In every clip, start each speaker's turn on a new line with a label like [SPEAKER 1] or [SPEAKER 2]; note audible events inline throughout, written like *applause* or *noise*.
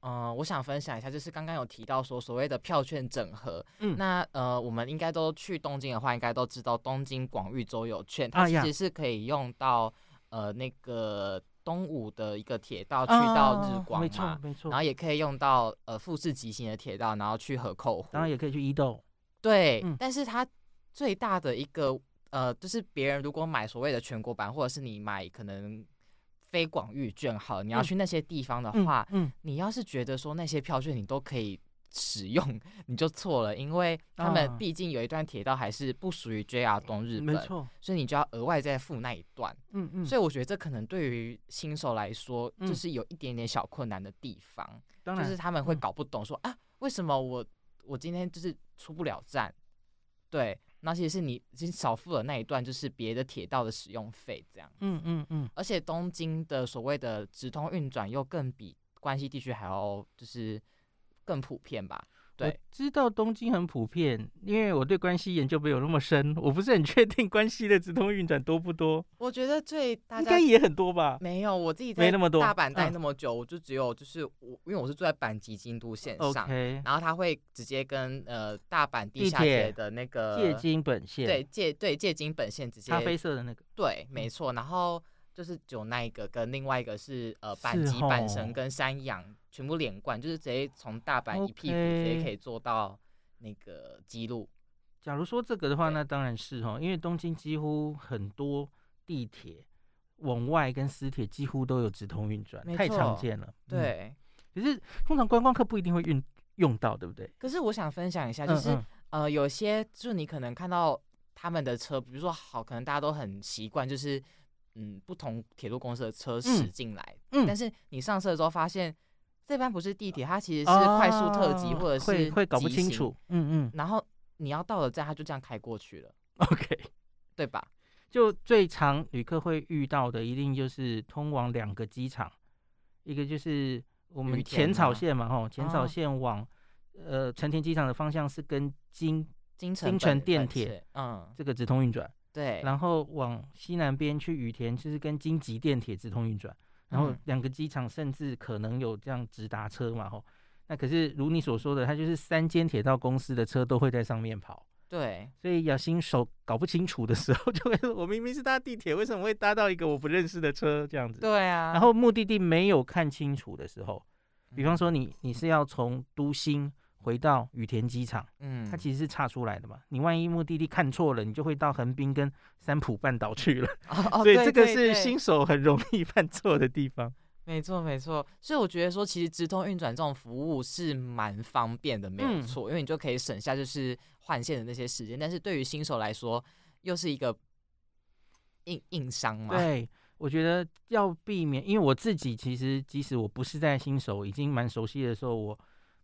[SPEAKER 1] 呃我想分享一下，就是刚刚有提到说所谓的票券整合，
[SPEAKER 2] 嗯
[SPEAKER 1] 那呃，我们应该都去东京的话，应该都知道东京广域周游券，
[SPEAKER 2] 啊
[SPEAKER 1] 它其
[SPEAKER 2] 呀
[SPEAKER 1] 实是可以用到呃那个东武的一个铁道去到日
[SPEAKER 2] 啊
[SPEAKER 1] 光
[SPEAKER 2] 没
[SPEAKER 1] 嘛
[SPEAKER 2] 错，没错
[SPEAKER 1] 然，后也可以用到呃富士急行的铁道，然后去河口湖，
[SPEAKER 2] 当然也可以去伊豆，
[SPEAKER 1] 对，
[SPEAKER 2] 嗯
[SPEAKER 1] 但是它最大的一个呃，就是别人如果买所谓的全国版，或者是你买可能非广域券好，你要
[SPEAKER 2] 嗯
[SPEAKER 1] 去那些地方的
[SPEAKER 2] 嗯
[SPEAKER 1] 话，
[SPEAKER 2] 嗯，
[SPEAKER 1] 你要是觉得说那些票券你都可以使用，你就错了，因为他们
[SPEAKER 2] 啊
[SPEAKER 1] 毕竟有一段铁道还是不属于 JR 东日
[SPEAKER 2] 嗯没
[SPEAKER 1] 本，
[SPEAKER 2] 错，
[SPEAKER 1] 所以你就要额外再付那一段。
[SPEAKER 2] 嗯嗯，
[SPEAKER 1] 所以我觉得这可能对于新手来说，就
[SPEAKER 2] 嗯
[SPEAKER 1] 是有一点点小困难的地方，
[SPEAKER 2] 当
[SPEAKER 1] 就
[SPEAKER 2] 然
[SPEAKER 1] 是他们会
[SPEAKER 2] 嗯
[SPEAKER 1] 搞不懂说、啊，为什么我我今天就是出不了站？对，那其实是你已经少付了那一段，就是别的铁道的使用费这样。
[SPEAKER 2] 嗯嗯嗯，
[SPEAKER 1] 而且东京的所谓的直通运转又更比关西地区还要就是更普遍吧？
[SPEAKER 2] 我
[SPEAKER 1] 对
[SPEAKER 2] 知道东京很普遍，因为我对关西研究没有那么深，我不是很确定关西的直通运转多不多，
[SPEAKER 1] 我觉得最大
[SPEAKER 2] 应
[SPEAKER 1] 家
[SPEAKER 2] 该也很多吧。
[SPEAKER 1] 没有我自己在
[SPEAKER 2] 没那么多
[SPEAKER 1] 大阪待
[SPEAKER 2] 嗯
[SPEAKER 1] 那么久，我就只有就是我因为我是住在阪急京都线上。
[SPEAKER 2] OK，
[SPEAKER 1] 然后他会直接跟呃大阪地
[SPEAKER 2] 地
[SPEAKER 1] 下
[SPEAKER 2] 铁
[SPEAKER 1] 铁的那个
[SPEAKER 2] 借金本线，
[SPEAKER 1] 对，借对借金本线直接
[SPEAKER 2] 咖啡色的那个，
[SPEAKER 1] 对，没错。然后就是只有那一个跟另外一个是呃阪
[SPEAKER 2] 是
[SPEAKER 1] 急阪神
[SPEAKER 2] 吼
[SPEAKER 1] 跟山阳全部连贯，就是直接从大阪一屁股直接
[SPEAKER 2] OK
[SPEAKER 1] 可以坐到那个姬路。
[SPEAKER 2] 假如说这个的话，
[SPEAKER 1] 对
[SPEAKER 2] 那当然是哈，因为东京几乎很多地铁往外跟私铁几乎都有直通运转
[SPEAKER 1] 没，
[SPEAKER 2] 太常
[SPEAKER 1] 错
[SPEAKER 2] 见了。嗯，
[SPEAKER 1] 对，
[SPEAKER 2] 可是通常观光客不一定会运用到，对不对？
[SPEAKER 1] 可是我想分享一下，就是、
[SPEAKER 2] 嗯
[SPEAKER 1] 呃有些就是你可能看到他们的车，比如说好，可能大家都很习惯就是。嗯，不同铁路公司的车驶
[SPEAKER 2] 嗯
[SPEAKER 1] 进来，
[SPEAKER 2] 嗯
[SPEAKER 1] 但是你上车的时候发现，这班不是地铁，它其实是快速特急、
[SPEAKER 2] 啊
[SPEAKER 1] 或者是
[SPEAKER 2] 会会搞不
[SPEAKER 1] 急
[SPEAKER 2] 清
[SPEAKER 1] 行
[SPEAKER 2] 楚。
[SPEAKER 1] *laughs*
[SPEAKER 2] 嗯嗯
[SPEAKER 1] 然后你要到了站，他就这样开过去了，
[SPEAKER 2] ，OK。
[SPEAKER 1] 对吧？
[SPEAKER 2] 就最常旅客会遇到的，一定就是通往两个机场，一个就是我
[SPEAKER 1] 羽
[SPEAKER 2] 们
[SPEAKER 1] 田
[SPEAKER 2] 浅草
[SPEAKER 1] 吗
[SPEAKER 2] 线嘛，吼，浅草
[SPEAKER 1] 哦
[SPEAKER 2] 线往、呃成田机场的方向是跟京
[SPEAKER 1] 京城
[SPEAKER 2] 京
[SPEAKER 1] 本
[SPEAKER 2] 城电
[SPEAKER 1] 本
[SPEAKER 2] 铁
[SPEAKER 1] 线，嗯，
[SPEAKER 2] 这个直通运转，
[SPEAKER 1] 对，
[SPEAKER 2] 然后往西南边去羽田就是跟京急电铁直通运转，然后
[SPEAKER 1] 嗯
[SPEAKER 2] 两个机场甚至可能有这样直达车嘛，吼。那可是如你所说的，它就是三间铁道公司的车都会在上面跑，
[SPEAKER 1] 对，
[SPEAKER 2] 所以要新手搞不清楚的时候， *laughs* 就会说我明明是搭地铁，为什么会搭到一个我不认识的车这样子？
[SPEAKER 1] 对啊。
[SPEAKER 2] 然后目的地没有看清楚的时候，比方
[SPEAKER 1] 嗯，
[SPEAKER 2] 说你你是要从都心回到羽田机场，
[SPEAKER 1] 嗯，
[SPEAKER 2] 它其实是岔出来的嘛。你万一目的地看错了，你就会到横滨跟三浦半岛去了。
[SPEAKER 1] 哦哦，
[SPEAKER 2] 所以
[SPEAKER 1] 对
[SPEAKER 2] 这个
[SPEAKER 1] 对
[SPEAKER 2] 是
[SPEAKER 1] 对
[SPEAKER 2] 新手很容易犯错的地方。
[SPEAKER 1] 没错没错。所以我觉得说，其实直通运转这种服务是蛮方便的，没有
[SPEAKER 2] 嗯
[SPEAKER 1] 错，因为你就可以省下就是换线的那些时间。但是对于新手来说，又是一个硬硬伤嘛。
[SPEAKER 2] 对，我觉得要避免，因为我自己其实即使我不是在新手，已经蛮熟悉的时候，我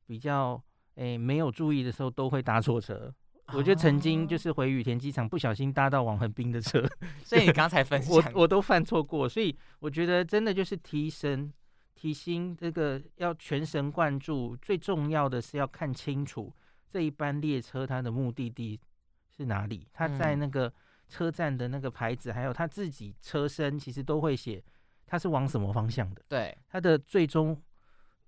[SPEAKER 2] 比较诶、没有注意的时候都会搭错车。我就曾经就
[SPEAKER 1] 哦
[SPEAKER 2] 是回羽田机场，不小心搭到往横滨的车，
[SPEAKER 1] 啊所以你刚才分
[SPEAKER 2] 我
[SPEAKER 1] 享，
[SPEAKER 2] 我都犯错过，所以我觉得真的就是提神提心，这个要全神贯注，最重要的是要看清楚这一班列车它的目的地是哪里，它在
[SPEAKER 1] 嗯
[SPEAKER 2] 那个车站的那个牌子，还有它自己车身其实都会写它是往什么方向的，
[SPEAKER 1] 对，
[SPEAKER 2] 它的最终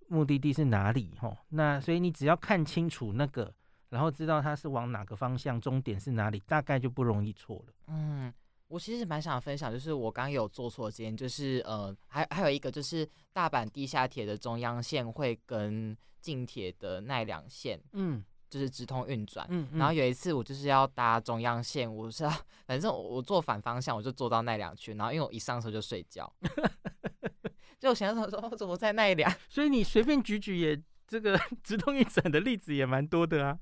[SPEAKER 2] 目的地是哪里吼，那所以你只要看清楚那个，然后知道它是往哪个方向，终点是哪里，大概就不容易错了。
[SPEAKER 1] 嗯，我其实蛮想分享，就是我刚有做错间，就是呃，还还有一个就是大阪地下铁的中央线会跟近铁的奈良线
[SPEAKER 2] 嗯
[SPEAKER 1] 就是直通运转。
[SPEAKER 2] 嗯
[SPEAKER 1] 然后有一次我就是要搭中央线，我是要反正我我坐反方向，我就坐到奈良去，然后因为我一上车就睡觉， *laughs* 就我想想说我哦怎么在奈良，
[SPEAKER 2] 所以你随便举举也这个 *laughs* 直通运转的例子也蛮多的啊。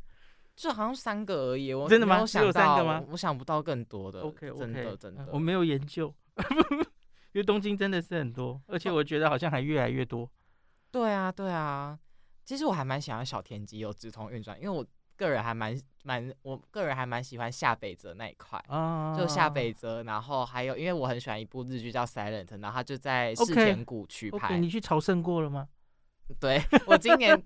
[SPEAKER 1] 就好像三个而已，我
[SPEAKER 2] 真的
[SPEAKER 1] 没
[SPEAKER 2] 吗
[SPEAKER 1] 有
[SPEAKER 2] 只
[SPEAKER 1] 想
[SPEAKER 2] 有三个
[SPEAKER 1] 到
[SPEAKER 2] 吗
[SPEAKER 1] 我我想不到更多的
[SPEAKER 2] OK
[SPEAKER 1] 呃真
[SPEAKER 2] OK，啊
[SPEAKER 1] 的真的，
[SPEAKER 2] 我没有研究， *laughs* 因为东京真的是很多，而
[SPEAKER 1] 哦
[SPEAKER 2] 且我觉得好像还越来越多。
[SPEAKER 1] 对啊，对啊。其实我还蛮想要小田急有直通运转，因为我个人还蛮蛮，我个人还蛮喜欢下北泽那一块，
[SPEAKER 2] 啊，
[SPEAKER 1] 哦就下北泽，然后还有因为我很喜欢一部日剧叫《Silent》，然后它就在世
[SPEAKER 2] OK，
[SPEAKER 1] 田谷区拍。
[SPEAKER 2] OK，你去朝圣过了吗？
[SPEAKER 1] 对我今年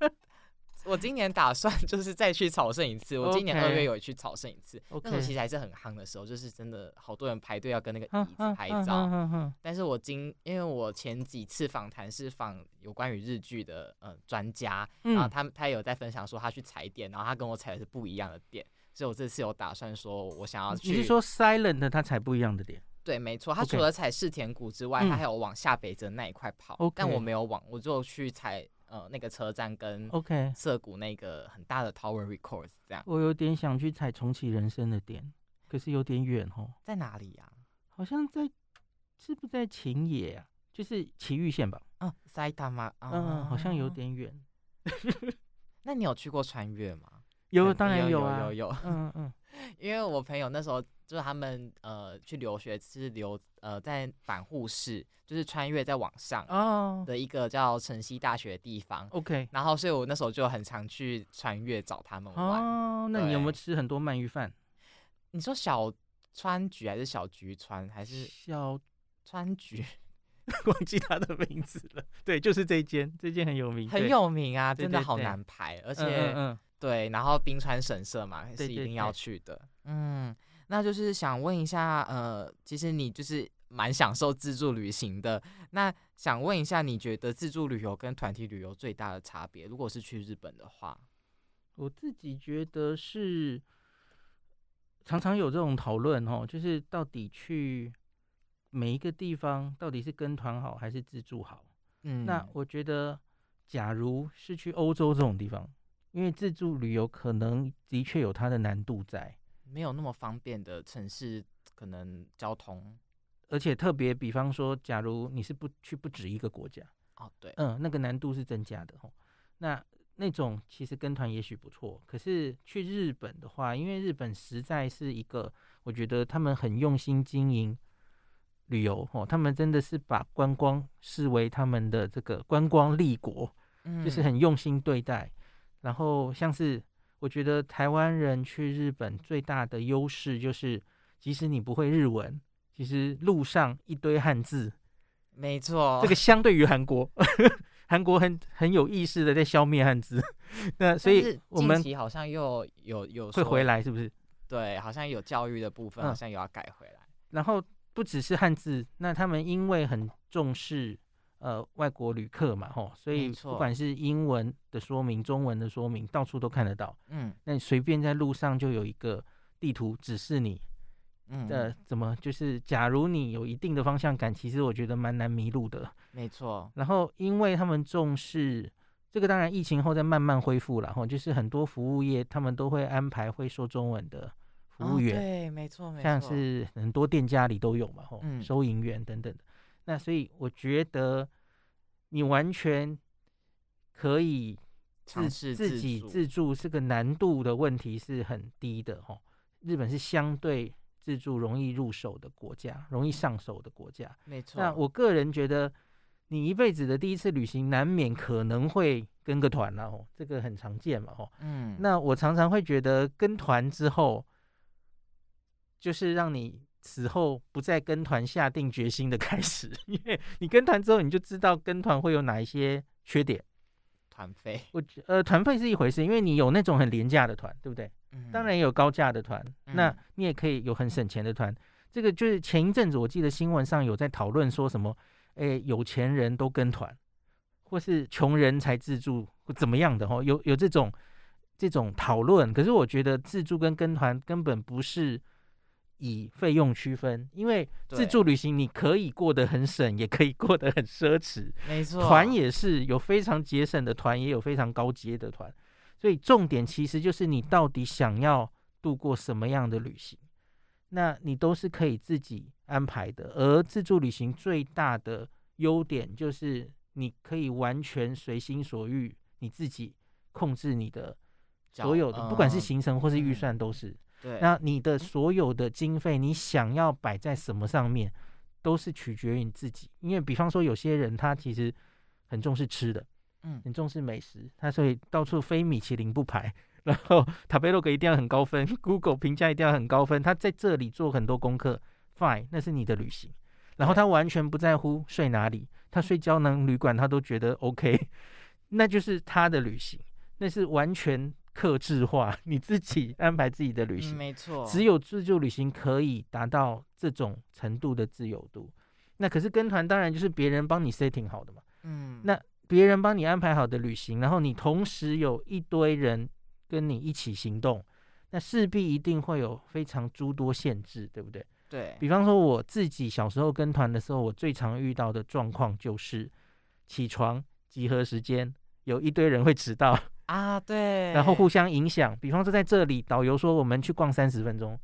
[SPEAKER 1] 我今年打算 *laughs* 就是再去朝圣一次。我今年
[SPEAKER 2] OK
[SPEAKER 1] 二月有去朝圣一次，那时候
[SPEAKER 2] OK 嗯
[SPEAKER 1] 其实还是很夯的时候，就是真的好多人排队要跟那个
[SPEAKER 2] 哼
[SPEAKER 1] 椅子
[SPEAKER 2] 哼
[SPEAKER 1] 拍
[SPEAKER 2] 哼
[SPEAKER 1] 照。
[SPEAKER 2] 哼哼
[SPEAKER 1] 但是我今因为我前几次访谈是访有关于日剧的呃专家，
[SPEAKER 2] 嗯
[SPEAKER 1] 然后他们他也有在分享说他去踩点，然后他跟我踩的是不一样的点，所以我这次有打算说我想要去。
[SPEAKER 2] 你是说 silent 它才不一样的点？
[SPEAKER 1] 对，没错，他
[SPEAKER 2] OK
[SPEAKER 1] 除了踩世田谷之外，
[SPEAKER 2] 嗯
[SPEAKER 1] 他还有往下北泽那一块跑
[SPEAKER 2] OK 哦
[SPEAKER 1] 但我没有往，我就去踩呃那个车站跟
[SPEAKER 2] OK，
[SPEAKER 1] 涩谷那个很大的 Tower Records 这样，
[SPEAKER 2] 我有点想去踩重启人生的点，可是有点远哦，
[SPEAKER 1] 在哪里呀、
[SPEAKER 2] 好像在是不是在秦野啊？就是埼玉县吧？
[SPEAKER 1] 啊？嗯，埼玉啊，
[SPEAKER 2] 嗯，好像有
[SPEAKER 1] 哦。
[SPEAKER 2] 点远。
[SPEAKER 1] 啊那你有去过穿越吗？
[SPEAKER 2] 有，
[SPEAKER 1] 肯
[SPEAKER 2] 当
[SPEAKER 1] 定
[SPEAKER 2] 然
[SPEAKER 1] 有
[SPEAKER 2] 啊
[SPEAKER 1] 有。有，
[SPEAKER 2] 嗯嗯
[SPEAKER 1] *laughs* 因为我朋友那时候就是他们呃去留学是留呃在反护市，就是穿越在网上
[SPEAKER 2] 嗯。哦
[SPEAKER 1] 的一个叫城西大学的地方，
[SPEAKER 2] ，OK。
[SPEAKER 1] 然后所以我那时候就很常去穿越找他们玩。
[SPEAKER 2] 哦，那你有没有
[SPEAKER 1] 对
[SPEAKER 2] 吃很多鳗鱼饭？
[SPEAKER 1] 你说小川菊还是小菊川还是
[SPEAKER 2] 小
[SPEAKER 1] 川 *laughs* 菊？
[SPEAKER 2] *laughs* 忘记他的名字了。 *laughs* 对，就是这一间，这间很有名，
[SPEAKER 1] 很
[SPEAKER 2] 对。嗯
[SPEAKER 1] 有名啊，
[SPEAKER 2] 对
[SPEAKER 1] 真的
[SPEAKER 2] 对
[SPEAKER 1] 好
[SPEAKER 2] 对
[SPEAKER 1] 难排，而
[SPEAKER 2] 而
[SPEAKER 1] 且、对，然后冰川神社嘛
[SPEAKER 2] 对
[SPEAKER 1] 是一
[SPEAKER 2] 对
[SPEAKER 1] 定要
[SPEAKER 2] 对
[SPEAKER 1] 去的。嗯，那就是想问一下，呃，其实你就是蛮享受自助旅行的，那想问一下，你觉得自助旅游跟团体旅游最大的差别，如果是去日本的话，
[SPEAKER 2] 我自己觉得是常常有这种讨论哦，就是到底去每一个地方到底是跟团好还是自助好？
[SPEAKER 1] 嗯，
[SPEAKER 2] 那我觉得，假如是去欧洲这种地方，因为自助旅游可能的确有它的难度在，
[SPEAKER 1] 没有那么方便的城市，可能交通
[SPEAKER 2] 而且特别，比方说，假如你是不去不止一个国家，
[SPEAKER 1] 哦，对，
[SPEAKER 2] 嗯，那个难度是增加的哦。那那种其实跟团也许不错，可是去日本的话，因为日本实在是一个，我觉得他们很用心经营旅游哦，他们真的是把观光视为他们的这个观光立国，
[SPEAKER 1] 嗯
[SPEAKER 2] 就是很用心对待。然后像是我觉得台湾人去日本最大的优势就是，即使你不会日文，其实路上一堆汉字，
[SPEAKER 1] 没错，
[SPEAKER 2] 这个相对于韩国， *laughs* 韩国很很有意识的在消灭汉字，那所
[SPEAKER 1] 但
[SPEAKER 2] 以
[SPEAKER 1] 是
[SPEAKER 2] 我
[SPEAKER 1] 近
[SPEAKER 2] 们
[SPEAKER 1] 期好像又有有
[SPEAKER 2] 会
[SPEAKER 1] 说
[SPEAKER 2] 回，来，是不是？
[SPEAKER 1] 对，好像有教育的部分，
[SPEAKER 2] 嗯
[SPEAKER 1] 好像有要改回来。
[SPEAKER 2] 然后不只是汉字，那他们因为很重视呃外国旅客嘛，吼，所以
[SPEAKER 1] 没错
[SPEAKER 2] 不管是英文的说明、中文的说明，到处都看得到。
[SPEAKER 1] 嗯
[SPEAKER 2] 那你随便在路上就有一个地图指示你，
[SPEAKER 1] 嗯，
[SPEAKER 2] 呃，怎么就是，假如你有一定的方向感，其实我觉得蛮难迷路的。
[SPEAKER 1] 没错，
[SPEAKER 2] 然后因为他们重视这个，当然疫情后再慢慢恢复了哈，就是很多服务业他们都会安排会说中文的服务
[SPEAKER 1] 哦
[SPEAKER 2] 员，
[SPEAKER 1] 对，没错，没错，
[SPEAKER 2] 像是很多店家里都有嘛，吼，
[SPEAKER 1] 嗯
[SPEAKER 2] 收银员等等的。那所以我觉得你完全可以
[SPEAKER 1] 尝
[SPEAKER 2] 自
[SPEAKER 1] 试
[SPEAKER 2] 自己
[SPEAKER 1] 助
[SPEAKER 2] 自助，这个难度的问题是很低的吼。日本是相对自助容易入手的国家，容易上手的国家。
[SPEAKER 1] 没错。
[SPEAKER 2] 那我个人觉得，你一辈子的第一次旅行，难免可能会跟个团啦、哦，这个很常见嘛，哦。
[SPEAKER 1] 嗯，
[SPEAKER 2] 那我常常会觉得，跟团之后，就是让你此后不再跟团下定决心的开始， *laughs* 因为你跟团之后，你就知道跟团会有哪一些缺点。
[SPEAKER 1] 团费，
[SPEAKER 2] 我觉呃，团费是一回事，因为你有那种很廉价的团，对不对？
[SPEAKER 1] 嗯
[SPEAKER 2] 当然也有高价的团，那
[SPEAKER 1] 嗯
[SPEAKER 2] 你也可以有很省钱的团。这个就是前一阵子我记得新闻上有在讨论说什么，诶，有钱人都跟团，或是穷人才自助，或怎么样的哦，有有这种这种讨论。可是我觉得自助跟跟团根本不是以费用区分，因为自
[SPEAKER 1] 对
[SPEAKER 2] 助旅行你可以过得很省，也可以过得很奢侈。
[SPEAKER 1] 没错，
[SPEAKER 2] 团也是有非常节省的团，也有非常高阶的团，所以重点其实就是你到底想要度过什么样的旅行，那你都是可以自己安排的。而自助旅行最大的优点就是你可以完全随心所欲，你自己控制你的
[SPEAKER 1] 脚
[SPEAKER 2] 所有的，不管是
[SPEAKER 1] 嗯
[SPEAKER 2] 行程或是预
[SPEAKER 1] 嗯
[SPEAKER 2] 算都是。
[SPEAKER 1] 对，嗯
[SPEAKER 2] 那你的所有的经费，你想要摆在什么上面，都是取决于你自己。因为比方说，有些人他其实很重视吃的，
[SPEAKER 1] 嗯
[SPEAKER 2] 很重视美食，他所以到处非米其林不排，然后塔贝洛格一定要很高分，Google 评价一定要很高分，他在这里做很多功课，fine，那是你的旅行。然后
[SPEAKER 1] 对
[SPEAKER 2] 他完全不在乎睡 *laughs* 哪里，他睡胶囊旅馆他都觉得 OK，那就是他的旅行。那是完全克制化，你自己安排自己的旅
[SPEAKER 1] 嗯
[SPEAKER 2] 行。
[SPEAKER 1] 没错，
[SPEAKER 2] 只有自助旅行可以达到这种程度的自由度。那可是跟团当然就是别人帮你 setting 好的嘛，
[SPEAKER 1] 嗯
[SPEAKER 2] 那别人帮你安排好的旅行，然后你同时有一堆人跟你一起行动，那势必一定会有非常诸多限制，对不对？
[SPEAKER 1] 对，
[SPEAKER 2] 比方说我自己小时候跟团的时候，我最常遇到的状况就是起床集合时间有一堆人会迟到，
[SPEAKER 1] 啊对，
[SPEAKER 2] 然后互相影响。比方说在这里，导游说我们去逛三十分钟，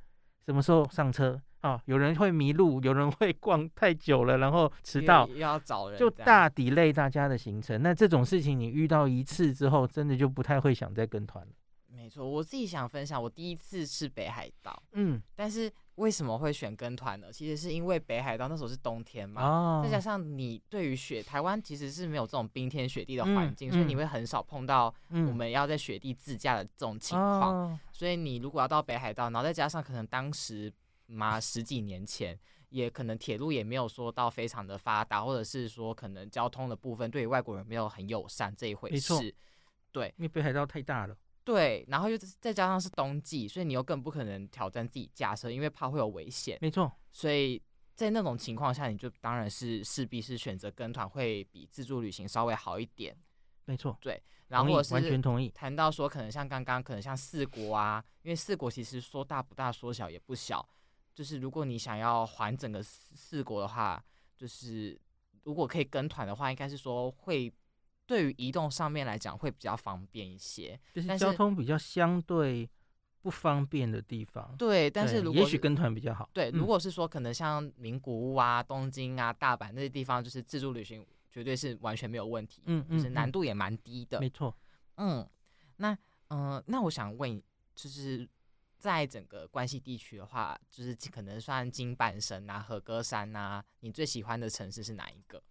[SPEAKER 2] 什么时候上车啊？有人会迷路，有人会逛太久了，然后迟
[SPEAKER 1] 又
[SPEAKER 2] 到，
[SPEAKER 1] 又要找人
[SPEAKER 2] 就
[SPEAKER 1] 这样
[SPEAKER 2] 大抵累大家的行程。那这种事情你遇到一次之后，真的就不太会想再跟团了。
[SPEAKER 1] 没错，我自己想分享，我第一次是北海道，
[SPEAKER 2] 嗯，
[SPEAKER 1] 但是为什么会选跟团呢？其实是因为北海道那时候是冬天嘛，
[SPEAKER 2] 哦
[SPEAKER 1] 再，加上你对于雪，台湾其实是没有这种冰天雪地的
[SPEAKER 2] 嗯
[SPEAKER 1] 环境，所以
[SPEAKER 2] 嗯
[SPEAKER 1] 你会很少碰到
[SPEAKER 2] 嗯
[SPEAKER 1] 我们要在雪地自驾的这种情况。
[SPEAKER 2] 哦
[SPEAKER 1] 所以你如果要到北海道，然后再加上可能当时嘛十几年前，也可能铁路也没有说到非常的发达，或者是说可能交通的部分对于外国人没有很友善这一回
[SPEAKER 2] 没错
[SPEAKER 1] 事。
[SPEAKER 2] 因为北海道太大了。
[SPEAKER 1] 对，然后又再加上是冬季，所以你又更不可能挑战自己驾车，因为怕会有危险。
[SPEAKER 2] 没错，
[SPEAKER 1] 所以在那种情况下，你就当然是势必是选择跟团会比自助旅行稍微好一点。
[SPEAKER 2] 没错，
[SPEAKER 1] 然后
[SPEAKER 2] 同意
[SPEAKER 1] 或者
[SPEAKER 2] 完全
[SPEAKER 1] 是
[SPEAKER 2] 同意。
[SPEAKER 1] 谈到说，可能像刚刚可能像四国啊，因为四国其实说大不大，说小也不小。就是如果你想要环整个四四国的话，就是如果可以跟团的话，应该是说会对于移动上面来讲会比较方便一些。
[SPEAKER 2] 就是
[SPEAKER 1] 但
[SPEAKER 2] 交
[SPEAKER 1] 是
[SPEAKER 2] 通比较相对不方便的地方。
[SPEAKER 1] 对，但是
[SPEAKER 2] 对
[SPEAKER 1] 如果
[SPEAKER 2] 也许
[SPEAKER 1] 是
[SPEAKER 2] 跟团比较好。
[SPEAKER 1] 对，如
[SPEAKER 2] 嗯
[SPEAKER 1] 果是说可能像名古屋啊、东京啊、大阪那些地方，就是自助旅行绝对是完全没有问题，
[SPEAKER 2] 嗯嗯
[SPEAKER 1] 就是难
[SPEAKER 2] 嗯
[SPEAKER 1] 度也蛮低的。
[SPEAKER 2] 没错，
[SPEAKER 1] 嗯，那嗯、呃那我想问，就是在整个关西地区的话，就是可能算金板神啊、和歌山啊，你最喜欢的城市是哪一个？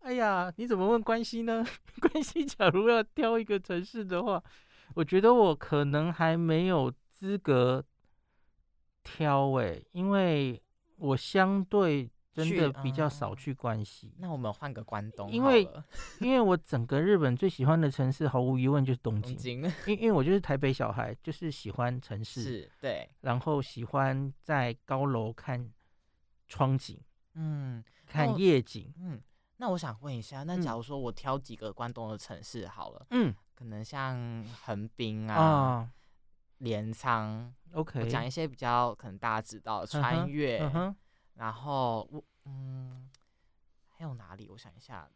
[SPEAKER 2] 哎呀，你怎么问关西呢？ *laughs* 关西，假如要挑一个城市的话，我觉得我可能还没有资格挑哎、因为我相对真
[SPEAKER 1] 去
[SPEAKER 2] 的比较少
[SPEAKER 1] 嗯
[SPEAKER 2] 去关西，
[SPEAKER 1] 那我们换个关东好了，
[SPEAKER 2] 因为因为我整个日本最喜欢的城市毫无疑问就是东
[SPEAKER 1] 东
[SPEAKER 2] 京，
[SPEAKER 1] 京 *laughs*
[SPEAKER 2] 因因为我就是台北小孩，就是喜欢城市，
[SPEAKER 1] 是对，
[SPEAKER 2] 然后喜欢在高楼看窗景、
[SPEAKER 1] 嗯
[SPEAKER 2] 看
[SPEAKER 1] 我
[SPEAKER 2] 夜景，
[SPEAKER 1] 嗯。那我想问一下，那
[SPEAKER 2] 嗯
[SPEAKER 1] 假如说我挑几个关东的城市好了，
[SPEAKER 2] 嗯
[SPEAKER 1] 可能像横滨啊、
[SPEAKER 2] 啊
[SPEAKER 1] 镰仓，
[SPEAKER 2] ，OK，
[SPEAKER 1] 我讲一些比较可能大家知道的
[SPEAKER 2] 嗯哼
[SPEAKER 1] 穿越，
[SPEAKER 2] 嗯哼。
[SPEAKER 1] 然后我嗯，还有哪里？我想一下，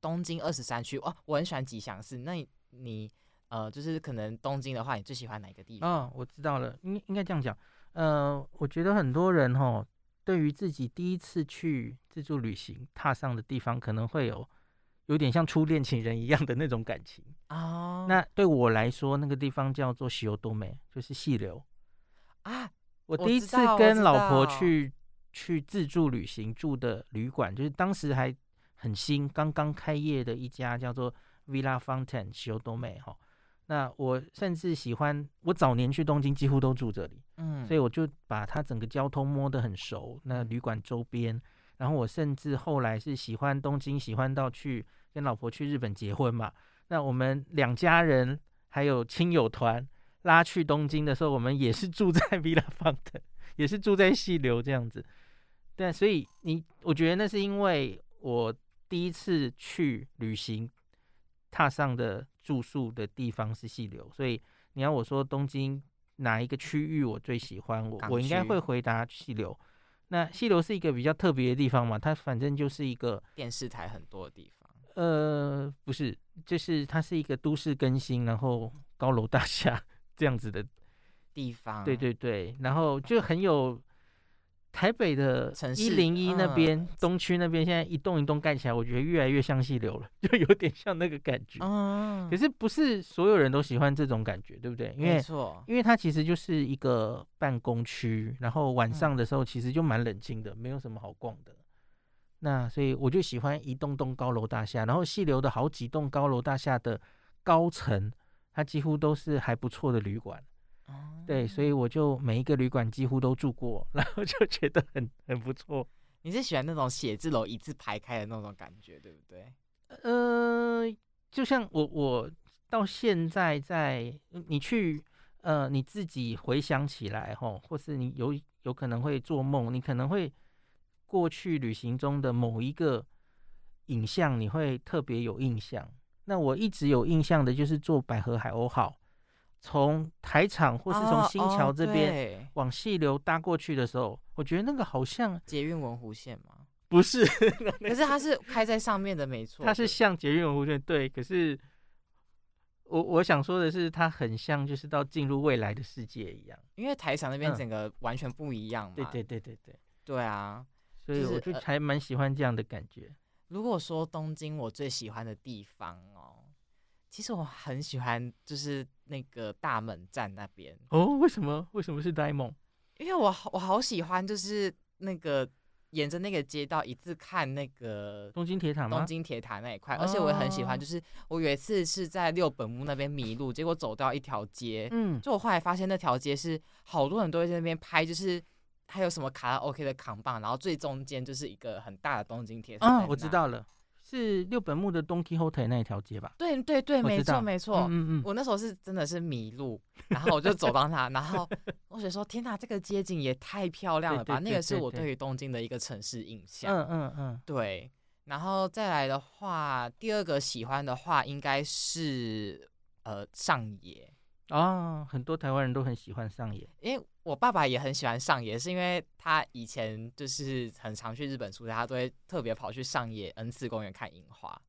[SPEAKER 1] 东京二十三区哦，我很喜欢吉祥寺。那你你呃，就是可能东京的话，你最喜欢哪一个地方？
[SPEAKER 2] 啊、我知道了，应应该这样讲。呃，我觉得很多人哈，对于自己第一次去自助旅行踏上的地方，可能会有有点像初恋情人一样的那种感情。
[SPEAKER 1] 哦，
[SPEAKER 2] 那对我来说，那个地方叫做西游多美，就是细流。
[SPEAKER 1] 啊，
[SPEAKER 2] 我
[SPEAKER 1] 我
[SPEAKER 2] 第一
[SPEAKER 1] 知
[SPEAKER 2] 次
[SPEAKER 1] 道我
[SPEAKER 2] 跟
[SPEAKER 1] 知
[SPEAKER 2] 老婆
[SPEAKER 1] 道
[SPEAKER 2] 去去自助旅行住的旅馆，就是当时还很新，刚刚开业的一家叫做 Villa Fountain 西游多美哈。那我甚至喜欢，我早年去东京几乎都住这里。
[SPEAKER 1] 嗯，
[SPEAKER 2] 所以我就把它整个交通摸得很熟。那
[SPEAKER 1] 嗯
[SPEAKER 2] 旅馆周边，然后我甚至后来是喜欢东京，喜欢到去跟老婆去日本结婚嘛。那我们两家人还有亲友团拉去东京的时候，我们也是住在 *laughs* Villa Fountain，也是住在细流这样子。但所以你，我觉得那是因为我第一次去旅行，踏上的住宿的地方是细流，所以你要我说东京哪一个区域我最喜欢，我
[SPEAKER 1] 港
[SPEAKER 2] 我应该
[SPEAKER 1] 区
[SPEAKER 2] 会回答细流。那细流是一个比较特别的地方嘛，它反正就是一个
[SPEAKER 1] 电视台很多的地方，
[SPEAKER 2] 呃，不是，就是它是一个都市更新，然后高楼大厦 *laughs* 这样子的，
[SPEAKER 1] 地方
[SPEAKER 2] 对对对，然后就很有台北的
[SPEAKER 1] 城
[SPEAKER 2] 一
[SPEAKER 1] 市
[SPEAKER 2] 零一那
[SPEAKER 1] 嗯
[SPEAKER 2] 边、东区那边，现在一栋一栋盖起来，我觉得越来越像细流了， *laughs* 就有点像那个感觉。
[SPEAKER 1] 嗯，
[SPEAKER 2] 可是不是所有人都喜欢这种感觉，对不对？因
[SPEAKER 1] 没
[SPEAKER 2] 为
[SPEAKER 1] 错，
[SPEAKER 2] 因为它其实就是一个办公区，然后晚
[SPEAKER 1] 嗯
[SPEAKER 2] 上的时候其实就蛮冷清的，没有什么好逛的。那所以我就喜欢一栋栋高楼大厦，然后细流的好几栋高楼大厦的高层，它几乎都是还不错的旅馆。
[SPEAKER 1] 哦
[SPEAKER 2] 对，所以我就每一个旅馆几乎都住过，然后就觉得很很不错。
[SPEAKER 1] 你是喜欢那种写字楼一字排开的那种感觉，对不对？
[SPEAKER 2] 呃，就像我我到现在在你去呃你自己回想起来吼，或是你有有可能会做梦，你可能会过去旅行中的某一个影像，你会特别有印象。那我一直有印象的就是坐百合海鸥号，从台场或是从
[SPEAKER 1] 哦
[SPEAKER 2] 新
[SPEAKER 1] 哦
[SPEAKER 2] 桥这边、
[SPEAKER 1] 对
[SPEAKER 2] 往细流搭过去的时候，我觉得那个好像
[SPEAKER 1] 捷运文湖线嘛，
[SPEAKER 2] 不是，
[SPEAKER 1] 可是它是开在上面的，没错，
[SPEAKER 2] *laughs* 它是
[SPEAKER 1] 对
[SPEAKER 2] 像捷运文湖线，对。可是我我想说的是，它很像就是到进入未来的世界一样。
[SPEAKER 1] 因为台场那边
[SPEAKER 2] 嗯
[SPEAKER 1] 整个完全不一样嘛，
[SPEAKER 2] 对对对对对，
[SPEAKER 1] 对啊。
[SPEAKER 2] 所以
[SPEAKER 1] 就是
[SPEAKER 2] 我啊就
[SPEAKER 1] 呃
[SPEAKER 2] 还蛮喜欢这样的感觉。
[SPEAKER 1] 如果说东京我最喜欢的地方哦，其实我很喜欢就是那个大门站那边，
[SPEAKER 2] 哦，为什么为什么是 Diamond？
[SPEAKER 1] 因为我好我好喜欢就是那个沿着那个街道一直看那个
[SPEAKER 2] 东京铁塔吗？
[SPEAKER 1] 东京铁塔那一块，而且我也很喜欢，
[SPEAKER 2] 哦
[SPEAKER 1] 就是我有一次是在六本木那边迷路，结果走到一条街，
[SPEAKER 2] 嗯，
[SPEAKER 1] 就我后来发现那条街是好多人都会在那边拍，就是。还有什么卡拉 OK 的扛棒，然后最中间就是一个很大的东京铁塔。
[SPEAKER 2] 啊，我知。道了，是六本木的东京后台那一条街吧？
[SPEAKER 1] 对对对，
[SPEAKER 2] 我
[SPEAKER 1] 没
[SPEAKER 2] 知道
[SPEAKER 1] 错没错。
[SPEAKER 2] 嗯嗯嗯，
[SPEAKER 1] 我那时候是真的是迷路，然后我就走到那，然
[SPEAKER 2] *laughs*
[SPEAKER 1] 后我觉得说天哪，这个街景也太漂亮了吧！
[SPEAKER 2] 对对
[SPEAKER 1] 那个是
[SPEAKER 2] 对
[SPEAKER 1] 我
[SPEAKER 2] 对
[SPEAKER 1] 对于东京的一个城市印象。
[SPEAKER 2] 嗯嗯嗯，
[SPEAKER 1] 对，然后再来的话，第二个喜欢的话应该是呃上野，
[SPEAKER 2] 哦，很多台湾人都很喜欢上野。
[SPEAKER 1] 因为我爸爸也很喜欢上野，是因为他以前就是很常去日本出差，他都会特别跑去上野恩赐公园看樱花。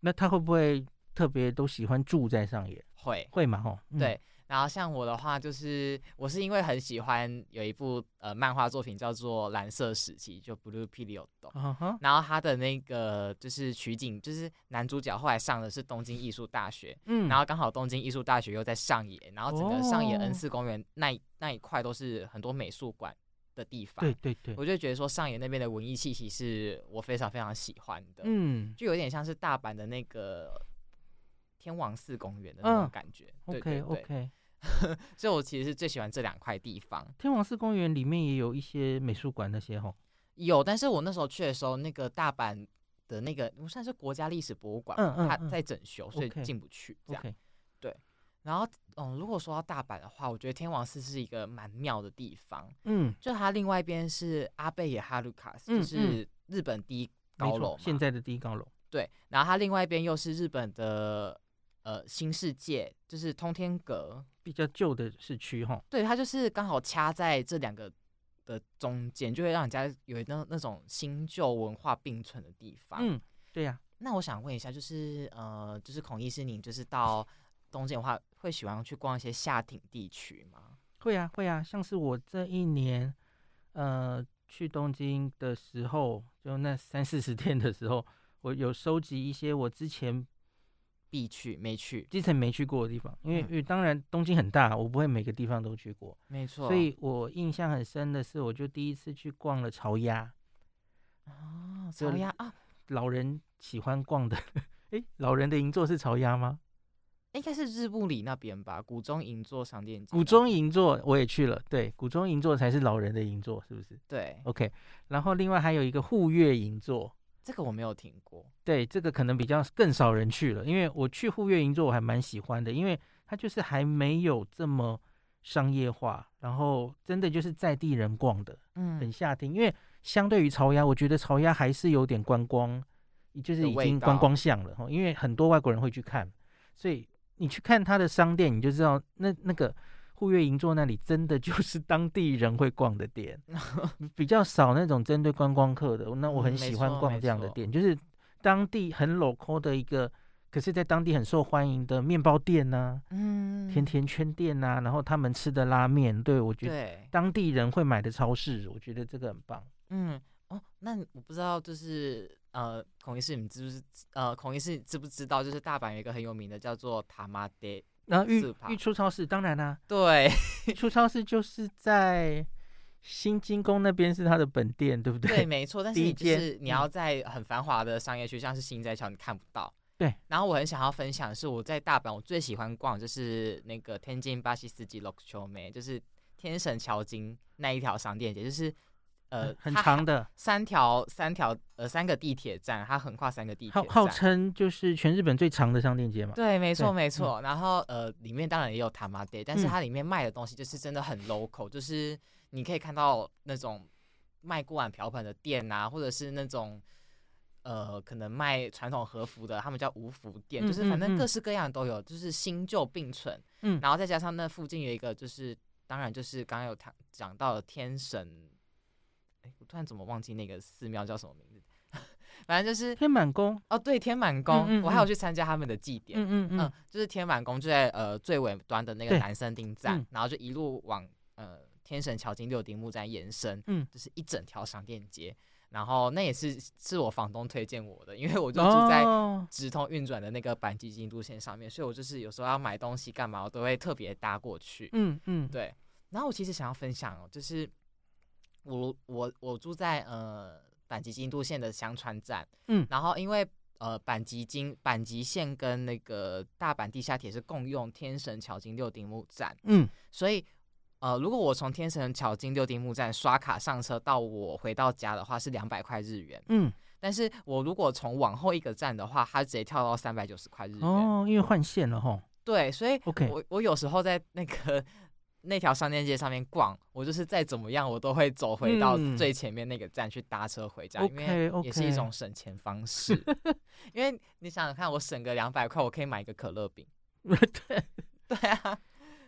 [SPEAKER 2] 那他会不会特别都喜欢住在上野？
[SPEAKER 1] 会，
[SPEAKER 2] 会嘛？哦，嗯
[SPEAKER 1] 对，然后像我的话，就是我是因为很喜欢有一部呃漫画作品叫做《蓝色时期》，就 Blue Period。
[SPEAKER 2] 啊哈，
[SPEAKER 1] 然后他的那个就是取景，就是男主角后来上的是东京艺术大学，
[SPEAKER 2] 嗯
[SPEAKER 1] 然后刚好东京艺术大学又在上野，然后整个上野
[SPEAKER 2] 哦
[SPEAKER 1] 恩赐公园那一那一块都是很多美术馆的地方。
[SPEAKER 2] 对，对对，
[SPEAKER 1] 我就觉得说上野那边的文艺气息是我非常非常喜欢的，
[SPEAKER 2] 嗯
[SPEAKER 1] 就有点像是大阪的那个天王寺公园的那种
[SPEAKER 2] 嗯
[SPEAKER 1] 感觉。对对
[SPEAKER 2] ，OK
[SPEAKER 1] 对
[SPEAKER 2] OK，
[SPEAKER 1] 所以我其实是最喜欢这两块地方。
[SPEAKER 2] 天王寺公园里面也有一些美术馆那些吼，
[SPEAKER 1] 有，但是我那时候去的时候，那个大阪的那个我算是国家历史博物馆吧，
[SPEAKER 2] 嗯嗯
[SPEAKER 1] 啊它
[SPEAKER 2] 嗯
[SPEAKER 1] 在整修，所以
[SPEAKER 2] OK
[SPEAKER 1] 进不去。这样。
[SPEAKER 2] ，OK，
[SPEAKER 1] 然后，嗯，如果说到大阪的话，我觉得天王寺是一个蛮妙的地方，
[SPEAKER 2] 嗯，
[SPEAKER 1] 就它另外一边是阿贝野哈鲁卡斯，
[SPEAKER 2] 嗯
[SPEAKER 1] 就
[SPEAKER 2] 嗯
[SPEAKER 1] 是日本第一
[SPEAKER 2] 没
[SPEAKER 1] 高
[SPEAKER 2] 错
[SPEAKER 1] 楼嘛，
[SPEAKER 2] 现在的第一高楼，
[SPEAKER 1] 对，然后它另外一边又是日本的呃新世界，就是通天阁，
[SPEAKER 2] 比较旧的市区吼，
[SPEAKER 1] 对，它就是刚好掐在这两个的中间，就会让人家有那那种新旧文化并存的地方。
[SPEAKER 2] 嗯，对呀，
[SPEAKER 1] 那我想问一下，就是呃，就是孔医师，您就是到东京的话，会喜欢去逛一些下町地区吗？
[SPEAKER 2] 会呀会呀，像是我这一年，呃，去东京的时候，就那三四十天的时候， *laughs* 我有收集一些我之前
[SPEAKER 1] 必去没去，
[SPEAKER 2] 之前没去过的地方，因为
[SPEAKER 1] 嗯
[SPEAKER 2] 因为当然东京很大，我不会每个地方都去过。
[SPEAKER 1] 没错
[SPEAKER 2] 所以我印象很深的是，我就第一次去逛了潮鸭，
[SPEAKER 1] 啊，
[SPEAKER 2] 就
[SPEAKER 1] 朝阳啊，
[SPEAKER 2] 老人喜欢逛的。诶，老人的银座是潮鸭吗？
[SPEAKER 1] 应该是日暮里那边吧，古中银座商店街那边。
[SPEAKER 2] 古中银座我也去了，对，古中银座才是老人的银座，是不是
[SPEAKER 1] 对，
[SPEAKER 2] ？OK，然后另外还有一个户月银座，
[SPEAKER 1] 这个我没有听过。
[SPEAKER 2] 对，这个可能比较更少人去了，因为我去户月银座我还蛮喜欢的，因为它就是还没有这么商业化，然后真的就是在地人逛的，很
[SPEAKER 1] 嗯，
[SPEAKER 2] 下定，因为相对于潮鸭，我觉得潮鸭还是有点观光，就是
[SPEAKER 1] 的
[SPEAKER 2] 已
[SPEAKER 1] 味
[SPEAKER 2] 经
[SPEAKER 1] 道
[SPEAKER 2] 观光项了哈。因为很多外国人会去看，所以你去看它的商店，你就知道那那个户月银座那里真的就是当地人会逛的
[SPEAKER 1] *laughs*
[SPEAKER 2] 店，比较少那种针对观光客的。那我
[SPEAKER 1] 嗯
[SPEAKER 2] 很
[SPEAKER 1] 没
[SPEAKER 2] 喜欢
[SPEAKER 1] 错
[SPEAKER 2] 逛
[SPEAKER 1] 没
[SPEAKER 2] 这样的
[SPEAKER 1] 错
[SPEAKER 2] 店，就是当地很 local 的一个，可是在当地很受欢迎的面包店呐、
[SPEAKER 1] 嗯，
[SPEAKER 2] 甜甜圈店呐、然后他们吃的拉面，对我觉得。
[SPEAKER 1] 对，
[SPEAKER 2] 当地人会买的超市，我觉得这个很棒。
[SPEAKER 1] 嗯，哦，那你我不知道，就是呃，孔医师，你知不知？呃，孔医师知不知道？就是大阪有一个很有名的叫做塔妈爹，
[SPEAKER 2] 然后
[SPEAKER 1] 四
[SPEAKER 2] 玉
[SPEAKER 1] 趴
[SPEAKER 2] 玉出超市，当然
[SPEAKER 1] *laughs*
[SPEAKER 2] 啦、
[SPEAKER 1] 对，
[SPEAKER 2] 玉出超市就是在新金宫那边是它的本店，对不
[SPEAKER 1] 对，
[SPEAKER 2] 对？ *laughs*
[SPEAKER 1] 没错，但是
[SPEAKER 2] 第一
[SPEAKER 1] 你就
[SPEAKER 2] 间
[SPEAKER 1] 是你
[SPEAKER 2] 嗯
[SPEAKER 1] 要在很繁华的商业区，像是新斋桥，你看不到。
[SPEAKER 2] 对。
[SPEAKER 1] 然后我很想要分享的是，我在大阪我最喜欢逛的就是那个天津巴西斯基 l o c h o m e 就是天神桥筋那一条商店街，就是呃
[SPEAKER 2] 很
[SPEAKER 1] 它
[SPEAKER 2] 长的，
[SPEAKER 1] 三条三条呃三个地铁站，它横跨三个地铁
[SPEAKER 2] 号
[SPEAKER 1] 站，
[SPEAKER 2] 号称就是全日本最长的商店街嘛。
[SPEAKER 1] 对，没错
[SPEAKER 2] 对
[SPEAKER 1] 没错。然后呃，里面当然也有 Tama Day，但是
[SPEAKER 2] 嗯
[SPEAKER 1] 它里面卖的东西就是真的很 local，就是你可以看到那种卖锅碗瓢盆的店啊，或者是那种呃可能卖传统和服的，他们叫无服店，就是反
[SPEAKER 2] 嗯嗯
[SPEAKER 1] 正
[SPEAKER 2] 嗯
[SPEAKER 1] 各式各样都有，就是新旧并存。
[SPEAKER 2] 嗯
[SPEAKER 1] 然后再加上那附近有一个就是，当然就是刚刚有谈讲到的天神。哎，我突然怎么忘记那个寺庙叫什么名字？ *laughs* 反正就是
[SPEAKER 2] 天满宫，
[SPEAKER 1] 哦，对，天满宫，
[SPEAKER 2] 嗯嗯
[SPEAKER 1] 我还有
[SPEAKER 2] 嗯
[SPEAKER 1] 去参加他们的祭典。
[SPEAKER 2] 嗯嗯
[SPEAKER 1] 嗯
[SPEAKER 2] 嗯，，
[SPEAKER 1] 就是天满宫就在呃最尾端的那个
[SPEAKER 2] 对
[SPEAKER 1] 南山町站
[SPEAKER 2] 嗯，
[SPEAKER 1] 然后就一路往呃天神桥经六丁目站延伸，
[SPEAKER 2] 嗯
[SPEAKER 1] 就是一整条商店街。然后那也是是我房东推荐我的，因为我就住在
[SPEAKER 2] 哦
[SPEAKER 1] 直通运转的那个阪急京都线上面，所以我就是有时候要买东西干嘛，我都会特别搭过去。
[SPEAKER 2] 嗯嗯，
[SPEAKER 1] 对，然后我其实想要分享哦，就是我我我住在呃阪急京都线的香川站，
[SPEAKER 2] 嗯
[SPEAKER 1] 然后因为呃阪急京阪急线跟那个大阪地下铁是共用天神桥经六丁目站，
[SPEAKER 2] 嗯
[SPEAKER 1] 所以呃如果我从天神桥经六丁目站刷卡上车到我回到家的话是两百块日元，
[SPEAKER 2] 嗯，
[SPEAKER 1] 但是我如果从往后一个站的话，它直接跳到三百九十块日元。
[SPEAKER 2] 哦，因为换线
[SPEAKER 1] *laughs*
[SPEAKER 2] 了吼，
[SPEAKER 1] 对，所以
[SPEAKER 2] OK
[SPEAKER 1] 我我有时候在那个那条商店街上面逛，我就是再怎么样，我都会走回到
[SPEAKER 2] 嗯
[SPEAKER 1] 最前面那个站去搭车回家，因
[SPEAKER 2] OK，
[SPEAKER 1] 为也是一
[SPEAKER 2] OK
[SPEAKER 1] 种省钱方 *laughs* 式。因为你想想看，我省个两百块，我可以买一个可乐饼。 *laughs*
[SPEAKER 2] 对，
[SPEAKER 1] 对啊，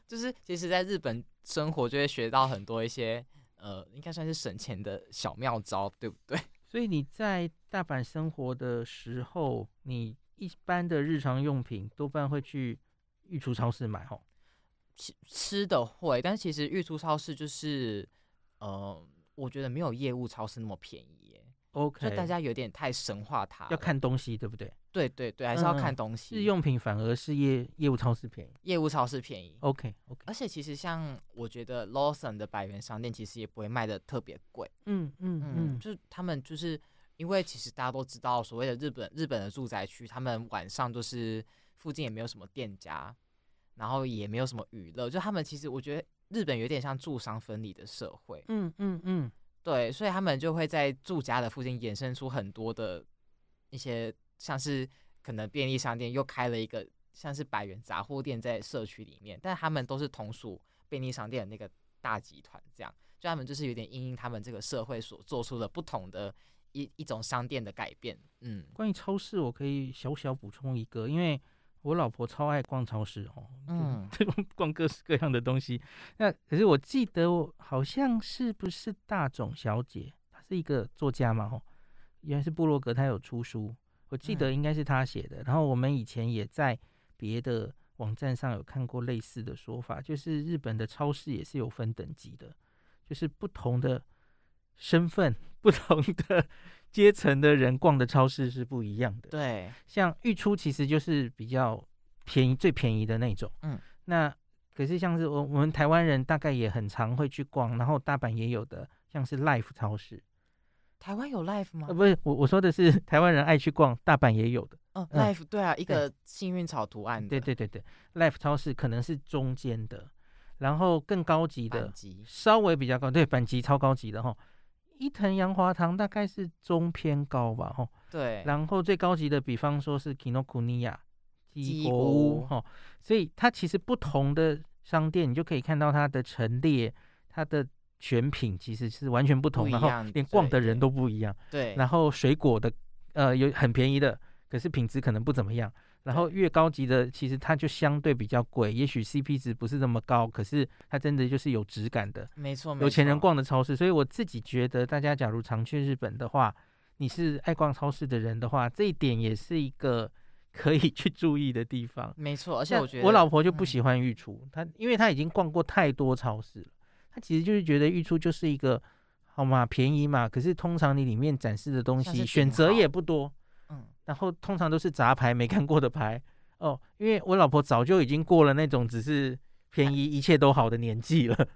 [SPEAKER 1] 就是其实在日本生活就会学到很多一些呃，应该算是省钱的小妙招，对不对？
[SPEAKER 2] *laughs*
[SPEAKER 1] *laughs*
[SPEAKER 2] 所以你在大阪生活的时候，你一般的日常用品多半会去御厨超市买吼。
[SPEAKER 1] 吃吃的会，但其实预出超市就是呃，我觉得没有业务超市那么便宜耶。
[SPEAKER 2] OK，
[SPEAKER 1] 就大家有点太神化它了，
[SPEAKER 2] 要看东西对不对？
[SPEAKER 1] 对对对，还是要
[SPEAKER 2] 嗯嗯
[SPEAKER 1] 看东西。
[SPEAKER 2] 日用品反而是业业务超市便宜。
[SPEAKER 1] 业务超市便宜，
[SPEAKER 2] OK OK，
[SPEAKER 1] 而且其实像我觉得 Lawson 的百元商店其实也不会卖的特别贵，
[SPEAKER 2] 嗯嗯
[SPEAKER 1] 嗯，就是他们就是因为其实大家都知道所谓的日本日本的住宅区，他们晚上就是附近也没有什么店家，然后也没有什么娱乐，就他们其实我觉得日本有点像住商分离的社会，
[SPEAKER 2] 嗯嗯嗯，
[SPEAKER 1] 对，所以他们就会在住家的附近衍生出很多的一些，像是可能便利商店又开了一个像是百元杂货店在社区里面，但他们都是同属便利商店的那个大集团，这样就他们就是有点因应他们这个社会所做出的不同的一一种商店的改变，嗯
[SPEAKER 2] 关于超市，我可以小小补充一个，因为我老婆超爱逛超市哦，嗯， *laughs*
[SPEAKER 1] 嗯，
[SPEAKER 2] 逛各式各样的东西。那可是我记得我好像是不是大冢小姐，她是一个作家嘛，哦，原来是布洛格，她有出书，我记得应该是她写的。然后我们以前也在别的网站上有看过类似的说法，就是日本的超市也是有分等级的，就是不同的身份、 *laughs* 不同的阶层的人逛的超市是不一样的。
[SPEAKER 1] 对，
[SPEAKER 2] 像御出其实就是比较便宜、最便宜的那种。
[SPEAKER 1] 嗯，
[SPEAKER 2] 那可是像是我我们台湾人大概也很常会去逛，然后大阪也有的，像是 Life 超市，
[SPEAKER 1] 台湾有 Life 吗哦
[SPEAKER 2] 呃，？不是我我说的是 *laughs* 台湾人爱去逛，大阪也有的。
[SPEAKER 1] 嗯
[SPEAKER 2] 嗯
[SPEAKER 1] ，Life 对啊，一
[SPEAKER 2] 对
[SPEAKER 1] 个幸运草图案的，
[SPEAKER 2] 对对对对，Life 超市可能是中间的，然后更高级
[SPEAKER 1] 板
[SPEAKER 2] 的，
[SPEAKER 1] 机，
[SPEAKER 2] 稍微比较高，对，板级超高级的哈。伊藤洋华堂大概是中偏高吧，吼，
[SPEAKER 1] 对，
[SPEAKER 2] 然后最高级的，比方说是 Kinokuniya
[SPEAKER 1] 鸡
[SPEAKER 2] 鸡国
[SPEAKER 1] 国
[SPEAKER 2] 屋
[SPEAKER 1] 屋
[SPEAKER 2] 哦，所以它其实不同的商店，你就可以看到它的陈列、它的选品其实是完全不同，
[SPEAKER 1] 不一
[SPEAKER 2] 然后
[SPEAKER 1] 样
[SPEAKER 2] 连逛
[SPEAKER 1] 对
[SPEAKER 2] 的人
[SPEAKER 1] 对
[SPEAKER 2] 都不一样。
[SPEAKER 1] 对，
[SPEAKER 2] 然后水果的，呃，有很便宜的，可是品质可能不怎么样。然后越高级的，其实它就相对比较贵，也许 CP 值不是那么高，可是它真的就是有质感的。
[SPEAKER 1] 没错，没
[SPEAKER 2] 有钱人
[SPEAKER 1] 错
[SPEAKER 2] 逛的超市，所以我自己觉得，大家假如常去日本的话，你是爱逛超市的人的话，这一点也是一个 *laughs* 可以去注意的地方。
[SPEAKER 1] 没错，而且
[SPEAKER 2] 像
[SPEAKER 1] 我觉得
[SPEAKER 2] 我老婆就
[SPEAKER 1] 嗯
[SPEAKER 2] 不喜欢御厨，她因为她已经逛过太多超市了，她其实就是觉得御厨就是一个好嘛便宜嘛，可是通常你里面展示的东
[SPEAKER 1] 像是
[SPEAKER 2] 西
[SPEAKER 1] 顶
[SPEAKER 2] 选择
[SPEAKER 1] 好
[SPEAKER 2] 也不多，
[SPEAKER 1] 嗯
[SPEAKER 2] 然后通常都是杂牌没看过的牌哦，因为我老婆早就已经过了那种只是便宜一切都好的年纪了，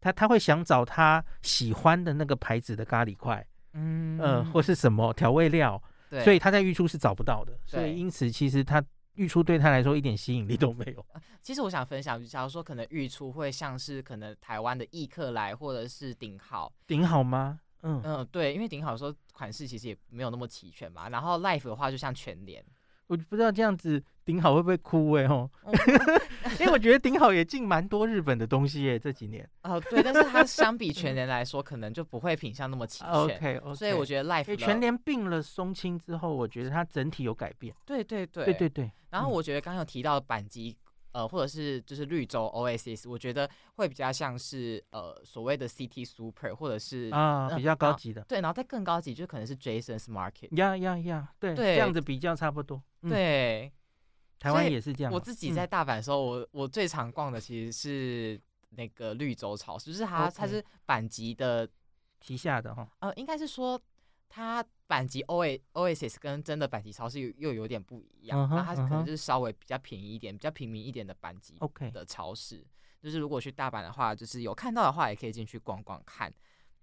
[SPEAKER 2] 她她会想找她喜欢的那个牌子的咖喱块，
[SPEAKER 1] 嗯
[SPEAKER 2] 呃，或是什么调味料，
[SPEAKER 1] 对，
[SPEAKER 2] 所以她在御厨是找不到的，所以
[SPEAKER 1] 对
[SPEAKER 2] 因此其实她御厨对她来说一点吸引力都没有。
[SPEAKER 1] 其实我想分享，假如说可能预出会像是可能台湾的易客来或者是顶好，
[SPEAKER 2] 顶好吗？嗯，
[SPEAKER 1] 嗯、对，因为顶好说款式其实也没有那么齐全嘛。然后 Life 的话，就像全
[SPEAKER 2] *laughs*
[SPEAKER 1] 联，
[SPEAKER 2] 我不知道这样子顶好会不会哭哎、哦，
[SPEAKER 1] 哦
[SPEAKER 2] 因为我觉得顶好也进蛮多日本的东西耶、这几年。
[SPEAKER 1] 哦、对，但是它相比全联来说，可能就不会品相那么齐全。
[SPEAKER 2] OK OK，
[SPEAKER 1] 所以我觉得 Life
[SPEAKER 2] 因
[SPEAKER 1] 的
[SPEAKER 2] 为全联并了松青之后，我觉得它整体有改变。
[SPEAKER 1] 对对对
[SPEAKER 2] 对对对，
[SPEAKER 1] 然后
[SPEAKER 2] 嗯
[SPEAKER 1] 我觉得刚刚有提到板机，呃，或者是就是绿洲 Oasis，我觉得会比较像是呃所谓的 City Super，或者是、
[SPEAKER 2] 啊，
[SPEAKER 1] 嗯
[SPEAKER 2] 比较高
[SPEAKER 1] 然后
[SPEAKER 2] 级的，
[SPEAKER 1] 对，然后再更高级就可能是 Jason's Market。
[SPEAKER 2] 呀呀呀，对，
[SPEAKER 1] 对
[SPEAKER 2] 这样子比较差不多。嗯，
[SPEAKER 1] 对
[SPEAKER 2] 台
[SPEAKER 1] 所
[SPEAKER 2] 湾
[SPEAKER 1] 以
[SPEAKER 2] 也是这样啊。
[SPEAKER 1] 我自己
[SPEAKER 2] 嗯
[SPEAKER 1] 在大阪的时候，我我最常逛的其实是那个绿洲超市，就是它它
[SPEAKER 2] OK
[SPEAKER 1] 是板级的，
[SPEAKER 2] 旗下的哈，
[SPEAKER 1] 呃，应该是说它板级 Oa Oasis 跟真的板级超市又又有点不一样，
[SPEAKER 2] 嗯哼
[SPEAKER 1] 然后它可
[SPEAKER 2] 嗯哼哦
[SPEAKER 1] 能就是稍微比较便宜一点、比较平民一点的板级
[SPEAKER 2] OK，
[SPEAKER 1] 的超市。就是如果去大阪的话，就是有看到的话，也可以进去逛逛看。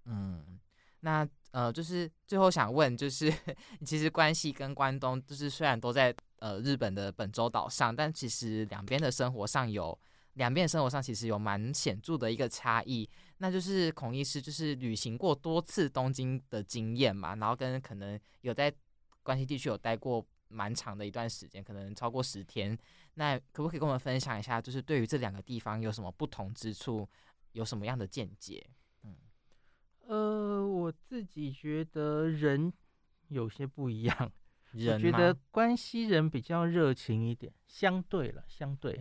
[SPEAKER 1] 嗯，那呃，就是最后想问，就是 *laughs* 其实关西跟关东，就是虽然都在呃日本的本州岛上，但其实两边的生活上有两边的生活上其实有蛮显著的一个差异。那就是孔医师就是旅行过多次东京的经验嘛，然后跟可能有在关西地区有待过蛮长的一段时间，可能超过十天。那可不可以跟我们分享一下，就是对于这两个地方有什么不同之处，有什么样的见解？
[SPEAKER 2] 呃，我自己觉得人有些不一样，我
[SPEAKER 1] 人
[SPEAKER 2] 觉
[SPEAKER 1] 吗
[SPEAKER 2] 得，关西人比较热情一点，相对了，相对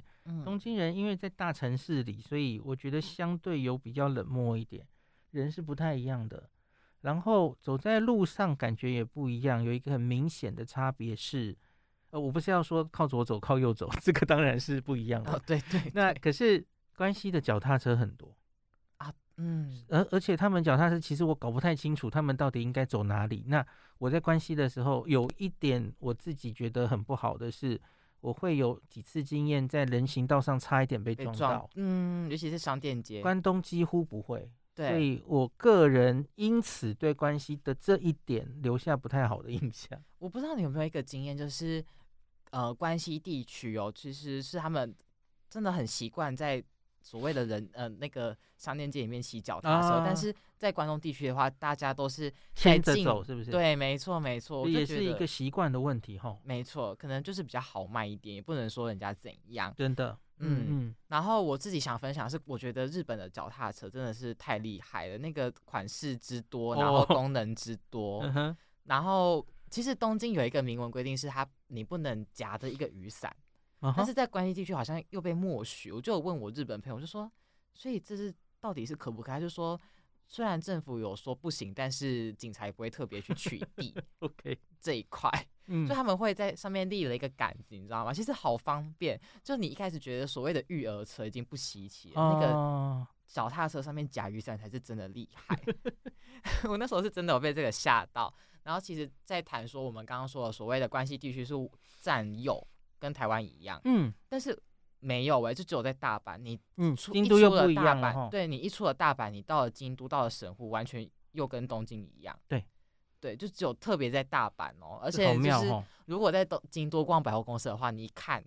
[SPEAKER 2] 东
[SPEAKER 1] 嗯，
[SPEAKER 2] 京人因为在大城市里，所以我觉得相对有比较冷漠一点，人是不太一样的。然后走在路上感觉也不一样，有一个很明显的差别是，呃，我不是要说靠左走靠右走， *laughs* 这个当然是不一样的。
[SPEAKER 1] 哦，对对，
[SPEAKER 2] 那
[SPEAKER 1] 对
[SPEAKER 2] 可是关西的脚踏车很多，
[SPEAKER 1] 嗯，
[SPEAKER 2] 而而且他们脚踏车，其实我搞不太清楚他们到底应该走哪里。那我在关西的时候，有一点我自己觉得很不好的是，我会有几次经验在人行道上差一点被
[SPEAKER 1] 被
[SPEAKER 2] 撞到。
[SPEAKER 1] 撞，嗯，尤其是商店街，
[SPEAKER 2] 关东几乎不会，所
[SPEAKER 1] 对，
[SPEAKER 2] 以我个人因此对关西的这一点留下不太好的印
[SPEAKER 1] *laughs*
[SPEAKER 2] 象。
[SPEAKER 1] 我不知道你有没有一个经验，就是呃，关西地区哦，其实是他们真的很习惯在。所谓的人，呃，那个商店街里面骑脚踏车，
[SPEAKER 2] 啊
[SPEAKER 1] 但是在关东地区的话，大家都是
[SPEAKER 2] 牵
[SPEAKER 1] 在
[SPEAKER 2] 着
[SPEAKER 1] 进
[SPEAKER 2] 走是不是？，
[SPEAKER 1] 对，没错，没错，我就
[SPEAKER 2] 也
[SPEAKER 1] 觉
[SPEAKER 2] 是一
[SPEAKER 1] 得
[SPEAKER 2] 个习惯的问题哈。
[SPEAKER 1] 没错，可能就是比较豪迈一点，也不能说人家怎样。
[SPEAKER 2] 真的，
[SPEAKER 1] 嗯
[SPEAKER 2] 嗯
[SPEAKER 1] 然后我自己想分享的是，我觉得日本的脚踏车真的是太厉害了，那个款式之多，然后
[SPEAKER 2] 哦 *laughs*
[SPEAKER 1] 功能之多，
[SPEAKER 2] 嗯嗯哼，
[SPEAKER 1] 然后其实东京有一个明文规定是它你不能夹着一个雨伞，
[SPEAKER 2] 嗯
[SPEAKER 1] 但
[SPEAKER 2] 哼
[SPEAKER 1] 是在关西地区好像又被默许。我就有问我日本朋友，我就说，所以这是到底是可不可？他就说，虽然政府有说不行，但是警察也不会特别去取
[SPEAKER 2] *laughs*
[SPEAKER 1] 缔
[SPEAKER 2] *laughs* ，OK，
[SPEAKER 1] 这一块。
[SPEAKER 2] 嗯
[SPEAKER 1] 就，他们会在上面立了一个杆子，你知道吗？其实好方便。就你一开始觉得所谓的育儿车已经不稀奇了，那个
[SPEAKER 2] 哦
[SPEAKER 1] 脚踏车上面夹雨伞才是真的厉害。 *laughs* 我那时候是真的有被这个吓到。然后其实，在谈说我们刚刚说的所谓的关系地区是占右，跟台湾一样，
[SPEAKER 2] 嗯
[SPEAKER 1] 但是没有哎、就只有在大阪，你
[SPEAKER 2] 嗯，
[SPEAKER 1] 出
[SPEAKER 2] 京
[SPEAKER 1] 一
[SPEAKER 2] 都又
[SPEAKER 1] 出了
[SPEAKER 2] 不一
[SPEAKER 1] 大
[SPEAKER 2] 样
[SPEAKER 1] 阪
[SPEAKER 2] 了哈。
[SPEAKER 1] 对你一出了大阪，你到了京都，到了神户，完全又跟东京一样。
[SPEAKER 2] 对，
[SPEAKER 1] 对，就只有特别在大阪哦，而
[SPEAKER 2] 这
[SPEAKER 1] 且
[SPEAKER 2] 好
[SPEAKER 1] 就
[SPEAKER 2] 妙
[SPEAKER 1] 是
[SPEAKER 2] 哦，
[SPEAKER 1] 如果在东京多逛百货公司的话，你一看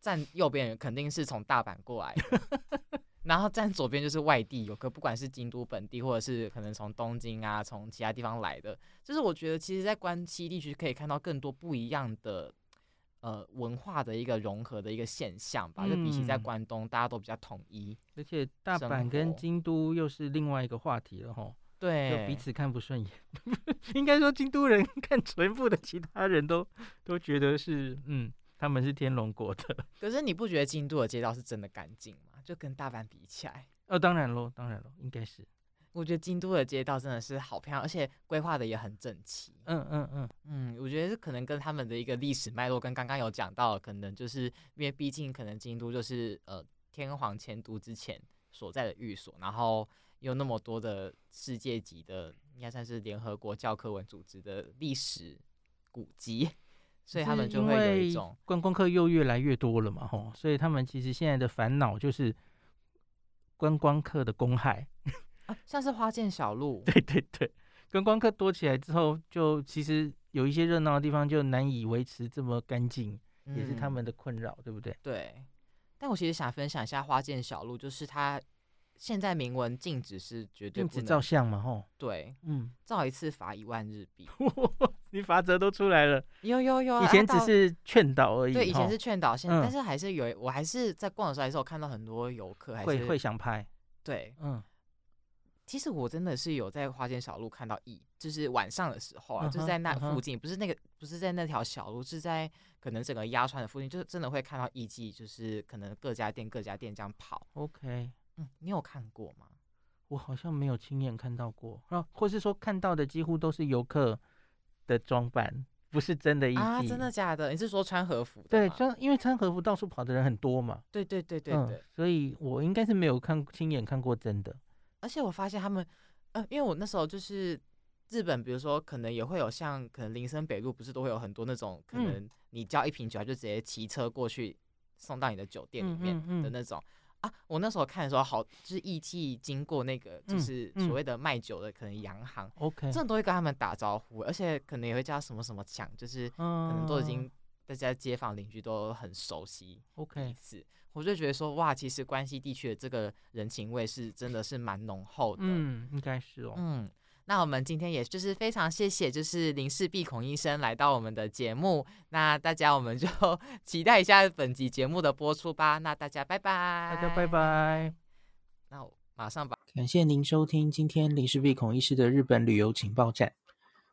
[SPEAKER 1] 站右边人肯定是从大阪过来的，
[SPEAKER 2] *laughs*
[SPEAKER 1] 然后站左边就是外地游客，不管是京都本地或者是可能从东京啊，从其他地方来的。就是我觉得，其实，在关西地区可以看到更多不一样的。呃，文化的一个融合的一个现象吧，就比起在
[SPEAKER 2] 嗯
[SPEAKER 1] 关东，大家都比较统一，
[SPEAKER 2] 而且大
[SPEAKER 1] 生
[SPEAKER 2] 阪跟
[SPEAKER 1] 活
[SPEAKER 2] 京都又是另外一个话题了哈，就
[SPEAKER 1] 对，
[SPEAKER 2] 彼此看不顺眼。 *laughs* 应该说，京都人看全部的其他人都都觉得是，嗯，他们是天龙国的。
[SPEAKER 1] 可是你不觉得京都的街道是真的干净吗？就跟大阪比起来，
[SPEAKER 2] 哦，当然喽，当然喽，应该是，
[SPEAKER 1] 我觉得京都的街道真的是好漂亮，而且规划的也很整齐。
[SPEAKER 2] 嗯嗯嗯，
[SPEAKER 1] 嗯，我觉得是可能跟他们的一个历史脉络，跟刚刚有讲到的，可能就是因为毕竟可能京都就是呃天皇迁都之前所在的寓所，然后有那么多的世界级的，应该算是联合国教科文组织的历史古迹，所以他
[SPEAKER 2] 是
[SPEAKER 1] 们就
[SPEAKER 2] 因
[SPEAKER 1] 会有
[SPEAKER 2] 为
[SPEAKER 1] 一种
[SPEAKER 2] 观光客又越来越多了嘛，吼，所以他们其实现在的烦恼就是观光客的公害。 *laughs*
[SPEAKER 1] 啊，像是花见小路，
[SPEAKER 2] 对对对，观光客多起来之后，就其实有一些热闹的地方就难以维持这么干净，也是他
[SPEAKER 1] 嗯
[SPEAKER 2] 们的困扰，对不对？
[SPEAKER 1] 对，但我其实想分享一下花见小路，就是它现在明文禁止是绝对
[SPEAKER 2] 禁
[SPEAKER 1] 不
[SPEAKER 2] 止
[SPEAKER 1] 能
[SPEAKER 2] 照相嘛，吼，
[SPEAKER 1] 对
[SPEAKER 2] 嗯， *laughs*
[SPEAKER 1] 照一次罚一万日币。
[SPEAKER 2] 你罚则都出来了，
[SPEAKER 1] 有有有，
[SPEAKER 2] 以
[SPEAKER 1] 啊
[SPEAKER 2] 前只
[SPEAKER 1] 到
[SPEAKER 2] 是劝导而已，
[SPEAKER 1] 对以前
[SPEAKER 2] 吼
[SPEAKER 1] 是劝导线，
[SPEAKER 2] 嗯
[SPEAKER 1] 但是还是有，我还是在逛的时候还是有看到很多游客还
[SPEAKER 2] 会
[SPEAKER 1] 是
[SPEAKER 2] 会想拍，
[SPEAKER 1] 对。
[SPEAKER 2] 嗯，
[SPEAKER 1] 其实我真的是有在花间小路看到一，就是晚上的时候啊，
[SPEAKER 2] 嗯哼
[SPEAKER 1] 就是在那
[SPEAKER 2] 嗯哼
[SPEAKER 1] 附近，不是那个不是在那条小路，是在可能整个鸭川的附近，就是真的会看到艺妓，就是可能各家店各家店这样跑。
[SPEAKER 2] OK，
[SPEAKER 1] 嗯，你有看过吗？
[SPEAKER 2] 我好像没有亲眼看到过，啊，或是说看到的几乎都是游客的装扮，不是真的艺
[SPEAKER 1] 啊，
[SPEAKER 2] 妓
[SPEAKER 1] 真的假的？你是说穿和服的
[SPEAKER 2] 对，
[SPEAKER 1] 吗
[SPEAKER 2] 穿因为穿和服到处跑的人很多嘛，
[SPEAKER 1] 对对对对对
[SPEAKER 2] 嗯，所以我应该是没有看亲眼看过真的，
[SPEAKER 1] 而且我发现他们，呃，因为我那时候就是日本，比如说可能也会有像可能林森北路，不是都会有很多那种可
[SPEAKER 2] 嗯
[SPEAKER 1] 能你叫一瓶酒，他就直接骑车过去送到你的酒店里面
[SPEAKER 2] 嗯嗯嗯
[SPEAKER 1] 的那种。啊，我那时候看的时候好，就是艺妓经过那个就
[SPEAKER 2] 嗯
[SPEAKER 1] 是
[SPEAKER 2] 嗯
[SPEAKER 1] 所谓的卖酒的可能洋行，
[SPEAKER 2] OK，
[SPEAKER 1] 真的都会跟他们打招呼，而且可能也会叫什么什么抢，就是可
[SPEAKER 2] 嗯
[SPEAKER 1] 能都已经大家街坊邻居都很熟悉，彼
[SPEAKER 2] OK，
[SPEAKER 1] 此，我就觉得说，哇，其实关西地区的这个人情味是真的是蛮浓厚的。嗯
[SPEAKER 2] 嗯，应该是哦，
[SPEAKER 1] 那我们今天也就是非常谢谢就是林氏璧孔医生来到我们的节目，那大家我们就 *laughs* 期待一下本集节目的播出吧。那大家拜拜，
[SPEAKER 2] 大家拜。拜。
[SPEAKER 1] 那我马上把
[SPEAKER 2] 感谢您收听今天林氏璧孔医师的日本旅游情报站。